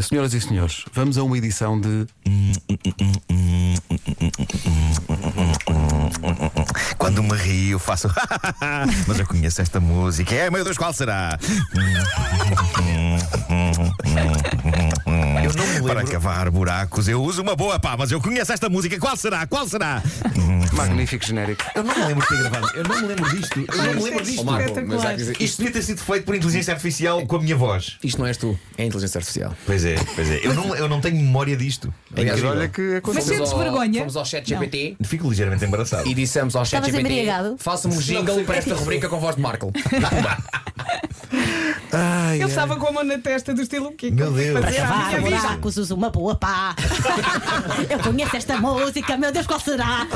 Senhoras e senhores, vamos a uma edição de. Quando me rio, eu faço. Mas eu conheço esta música. É, meu Deus, qual será? Eu não me lembro. Para cavar buracos, eu uso uma boa pá, mas eu conheço esta música. Qual será? Qual será? Magnífico genérico. É Eu não me lembro de ter gravado. Eu não me lembro disto. Eu não me lembro disto. Oh, Marco, mas há que dizer, Isto devia ter sido feito por inteligência artificial com a minha voz. Isto não és tu, é a inteligência artificial. Pois é, pois é. Eu não, eu não tenho memória disto. É Aliás, incrível. olha que Mas aconteceu. sentes Fomos ao- vergonha? Fomos ao chat GPT Fico ligeiramente embaraçado. e dissemos ao chat Estavas GPT embriagado? Faça-me um jingle para esta rubrica com voz de Marco. Ai, Tá Ele estava com a mão na testa do estilo Kiko. Meu Deus. Para Cavar minha vida. buracos, usa uma boa pá. Eu conheço esta música, meu Deus, qual será?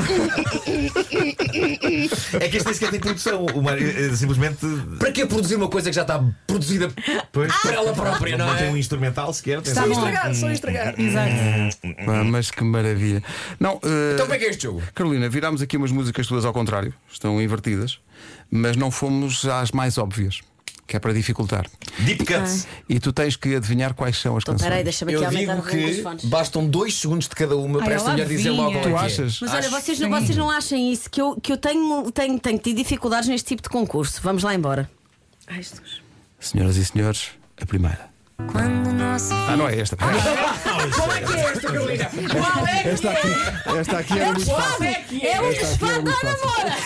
É que este nem sequer tem produção. O Mário, eh, simplesmente. para que produzir uma coisa que já está produzida Pois, para ela própria, Ah, não, não tem um é? instrumental sequer. tem só- estragar, só estragar. Hum. Exato. pá, mas que maravilha. Não, eh, Então como é que é este jogo? Carolina, virámos aqui umas músicas todas ao contrário, estão invertidas, mas não fomos às mais óbvias, que é para dificultar. Deep Cuts. E tu tens que adivinhar quais são Então, as canções. Peraí, deixa-me aqui Eu aumentar digo o volume dos fones. que bastam dois segundos de cada uma Ai, para esta ela mulher dizer vinha. logo qual é Tu que é. achas? Mas Acho olha, vocês, não- vocês não acham isso? Que eu, que eu tenho, tenho, tenho tido dificuldades neste tipo de concurso. Vamos lá embora. Ai, Jesus. Senhoras e senhores, a primeira. Ah, não é esta. Qual é que é esta, Carolina? Qual é que Esta aqui, esta aqui É era o muito fácil. desfado! É o desfado da namora!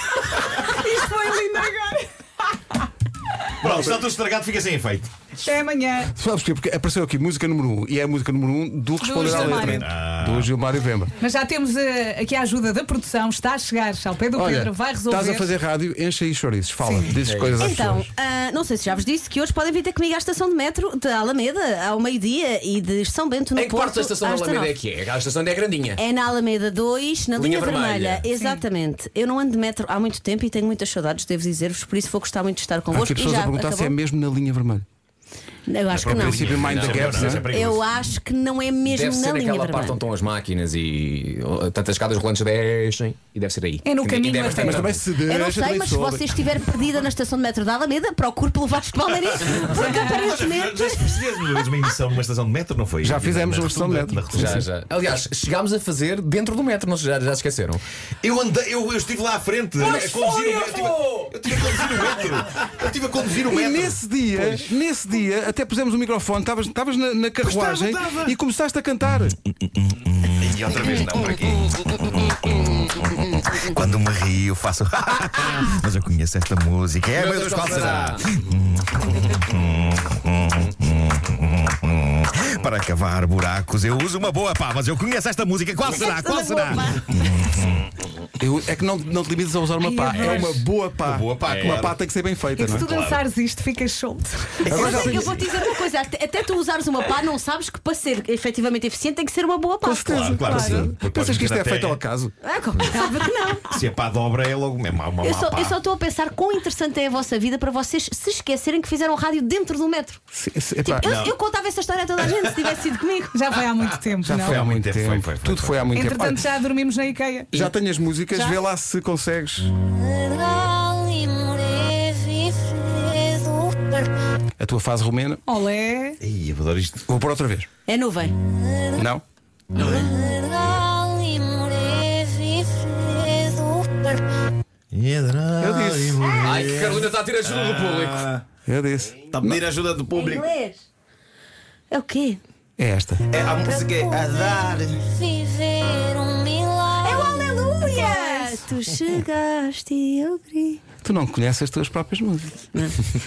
Isto foi lindo agora. Pronto, está tudo estragado, fica sem efeito. Até amanhã. Sabes porquê? Porque apareceu aqui música número 1 um, e é a música número 1 um do Responder à Gilmário. Letra do Gilmário Vemba. Mas já temos eh, aqui a ajuda da produção. Está a chegar ao pé do Pedro. Vai resolver. estás a fazer rádio, enche aí chouriços, fala, dizes coisas às Então, pessoas. ah, não sei se já vos disse que hoje podem vir ter comigo à estação de metro de Alameda ao meio-dia e de São Bento no Em que Porto parte da estação às da Alameda é 19. que é? A estação onde é grandinha. É na Alameda 2, na Linha linha, vermelha. vermelha. Exatamente. Eu não ando de metro há muito tempo e tenho muitas saudades, devo dizer-vos, por isso vou gostar muito de estar Há convosco. aqui e pessoas a já perguntar se é acabou. mesmo na linha vermelha. Eu acho que não. princípio, Mind the Gaps, não, não é? isso é perigoso. Eu acho que não é mesmo Deve na ser linha naquela vermelha. parte onde estão as máquinas e oh, tantas escadas rolantes descem e deve ser aí. É no E caminho deve até. estar Mas Mas também se deixa Eu não sei, também mas se soube. você estiver perdida na estação de metro da Alameda, procure pelo Vasco Palmeiras, porque aparentemente. Já fizemos uma vez uma emissão numa estação de metro, não foi? Já fizemos uma estação de metro. Já, já. Aliás, chegámos a fazer dentro do metro, não se já, já se esqueceram. Eu, andei, eu, eu estive lá à frente a conduzir o metro. Eu estive a conduzir o metro. Eu estive a conduzir o E metro. nesse dia, nesse dia, até pusemos o microfone, estavas- estavas na, na carruagem e começaste a cantar. E outra vez não, para quê? Quando me rio, eu faço. Mas eu conheço esta música. É, meu Deus, qual será? Para cavar buracos, eu uso uma boa pá, mas eu conheço esta música. Qual será? Qual será? Eu- é que não, não te limites a usar uma pá, é uma boa pá. Uma boa pá, uma claro. pá tem que ser bem feita, E não se é? tu dançares isto, ficas solto. Mas é que eu vou te dizer uma coisa: até, até tu usares uma pá, não sabes que para ser efetivamente eficiente tem que ser uma boa pá. Com certeza. Claro, claro, sim. Porque Pensas podes que isto meter é na feito terra. ao acaso? Ah, como é óbvio que não. Se é pá dobra, é logo mesmo. Uma Eu má só, pá. eu só estou a pensar quão interessante é a vossa vida para vocês se esquecerem que fizeram rádio dentro do metro. Se- se- Tipo, epá, eu, eu contava essa história a toda a gente se tivesse sido comigo. Já foi há muito tempo, já não? foi há muito Foi, tempo. foi, foi, foi. Tudo foi há muito tempo. Entretanto, já dormimos na IKEA. Já tenho as músicas, vê lá se consegues. Legal e leve e frio. A tua fase romena. Olé. Ih, eu adoro isto. Vou por outra vez. É nuvem. Não? Legal e leve e frio. Eu Eu disse. Ai, que Carolina está a tirar ajuda do "Ah, público. Eu disse. tá Está a pedir ajuda do Em público. inglês. É o quê? É esta. É, a música é a dar. Viver um É o milagre. Aleluia! Tu chegaste e eu grito. Tu não conheces as tuas próprias músicas.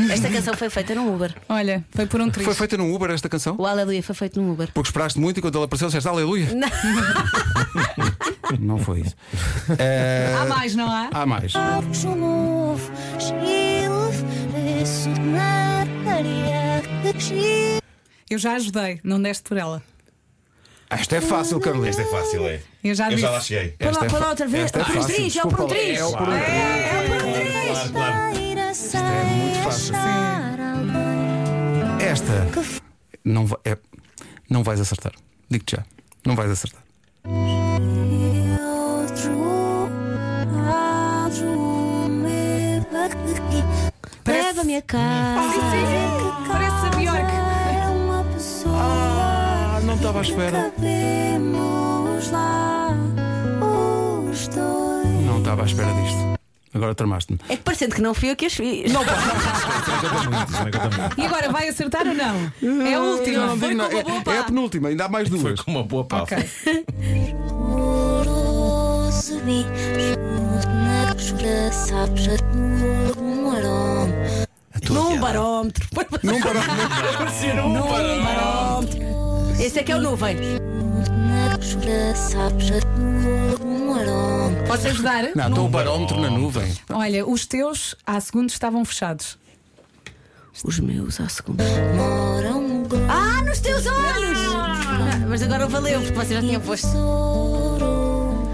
Esta canção foi feita num Uber. Olha, foi por um triz. Foi feita num Uber esta canção? O Aleluia foi feito num Uber. Porque esperaste muito e quando ele apareceu disseste Aleluia. Não foi isso. Eh, Há mais, não há? há mais. Algo um novo. Chile. Isso na areia. Chile. Eu já ajudei, não deste por ela. Esta é fácil, Carolina. Isto é fácil, é. Eu já Eu disse. já lá cheguei. Põe lá, Esta é põe fa- lá outra vez. esta é o fácil, Protriz, é o desculpa lá. Protriz. É o Claro. Claro, claro. é Sair a achar alguém. Esta não, va- é- não vais acertar. Digo-te já. Não vais acertar. E outro. Outro. Me bate Parece- Leva-me a casa. Parece a Bjork. Era uma pessoa estava à espera. Cabemos lá os dois. Não estava à espera disto. Agora tramaste-me. É que parecendo que não fui eu que as fiz. Não, é E agora vai acertar ou não? É a última. Não, foi digo, não, com uma boa é, pá. é a penúltima, ainda há mais Foi duas. com uma boa pá. Ok. Juro, subi, juro, na jura, sabe, juro, um aroma. num barómetro. um Não para. Num barómetro. Esse aqui é o nuvem. Na jura, sabe, juro, um aroma. Posso ajudar? Não, estou o barómetro na nuvem. Olha, os teus há segundos estavam fechados. Os meus à segunda. Mora um grupo Ah, nos teus olhos! Mas agora valeu, porque você já tinha posto. soro.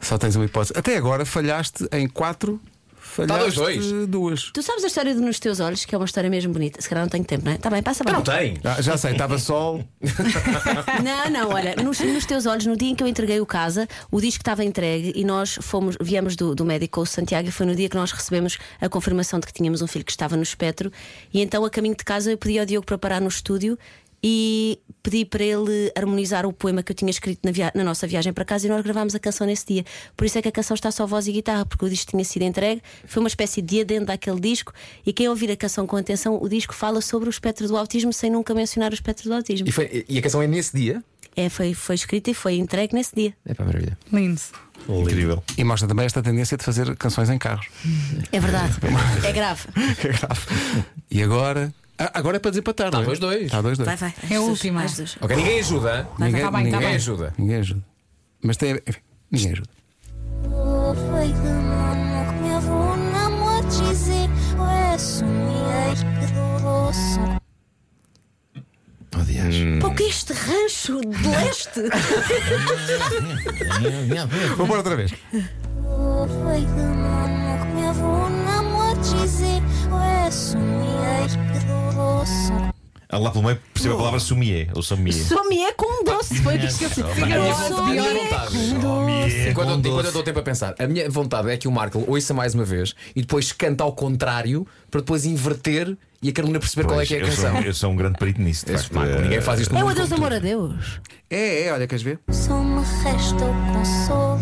Só tens uma hipótese. Até agora falhaste em quatro, falhaste dois, duas. Tu sabes a história de Nos Teus Olhos, que é uma história mesmo bonita. Se calhar não tenho tempo, não é? Tá bem, passa bem. Não tem. Ah, já sei, estava sol. Não, não, olha, nos, nos teus olhos, no dia em que eu entreguei o casa, o disco estava entregue e nós fomos, viemos do, do médico com o Santiago e foi no dia que nós recebemos a confirmação de que tínhamos um filho que estava no espectro. E então, a caminho de casa, eu pedi ao Diogo para parar no estúdio e pedi para ele harmonizar o poema que eu tinha escrito na, via- na nossa viagem para casa e nós gravámos a canção nesse dia. Por isso é que a canção está só voz e guitarra, porque o disco tinha sido entregue, foi uma espécie de adendo daquele disco. E quem ouvir a canção com atenção, o disco fala sobre o espectro do autismo sem nunca mencionar o espectro do autismo. E, foi- e a canção é nesse dia? É, foi, foi escrita e foi entregue nesse dia. É para maravilha. Lindo. Incrível. E mostra também esta tendência de fazer canções em carros. É verdade. é grave. É grave. E agora. Ah, agora é para dizer para tarde. Tá não é? dois, dois. Está dois, dois. Vai, vai. É a última. Ai, Jesus. Ok, ninguém ajuda. Vai, vai, tá bem, tá ninguém bem. ajuda. Ninguém ajuda. Mas tem. enfim, Ninguém ajuda. Foi que não que me avô não a dizer. Ué, sumia e doloroso. Hum. Pô, que é este rancho de leste? Vou pôr outra vez. Foi que não que me avô não a dizer. Ué, sumia e doloroso. Ah, Lá pelo meio percebo a palavra sumier ou somier. Só me é com um doce. Foi o que esqueci. A minha vontade. Somier. Enquanto, com eu- enquanto eu doce. dou tempo a pensar, a minha vontade é que o Marco ouça mais uma vez e depois canta ao contrário para depois inverter e a Carolina perceber qual é Pois, que é a eu sou- canção. Eu sou um grande perito nisso. de Esse facto. Marco, ninguém faz isto no É o mundo adeus, como amor, adeus. É, é, olha, queres ver? Só me resta o consolo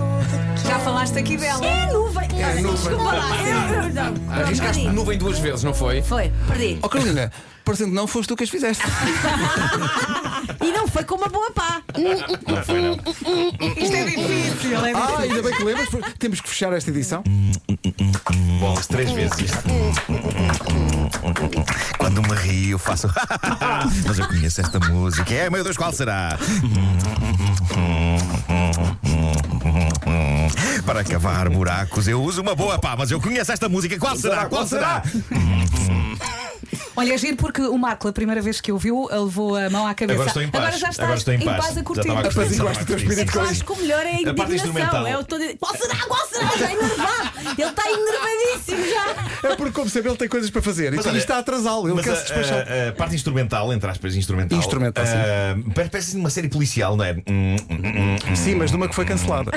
de que. Já falaste aqui dela. É nuvem. É nuvem. Desculpa lá. É nuvem. tu. Ah, Arriscaste nuvem duas vezes, não foi? Foi, perdi. Ó Oh, Carolina, parecendo que não foste tu que as fizeste. E não foi com uma boa pá. Não foi, não. Isto é difícil. É difícil. Ah, ainda bem que lembras. porque Temos que fechar esta edição. Bom, três vezes isto. Quando me rio, faço. Mas eu conheço esta música. É, meu Deus, qual será? Para cavar buracos, eu uso uma boa pá, mas eu conheço esta música. Qual será? Qual será? Olha, é giro porque o Marco, a primeira vez que ouviu, levou a mão à cabeça. Agora estou em paz. Agora já estás Agora estou em paz. a Já curtir. estava a curtir. Apaziguaste o teu espírito Eu acho que o melhor é a A parte instrumental. indignação. É o todo... Qual será? Qual será? Já enervado. Ele está enervadíssimo já. É porque, como sempre, ele tem coisas para fazer. Então olha, isto está a atrasá-lo. Ele Mas eh, quer se despachar. a, a- a parte instrumental, entre aspas, instrumental. Instrumental, sim. ah, parece- Parece uma série policial, não é? Hum, hum, hum, hum. Sim, mas de uma que foi cancelada.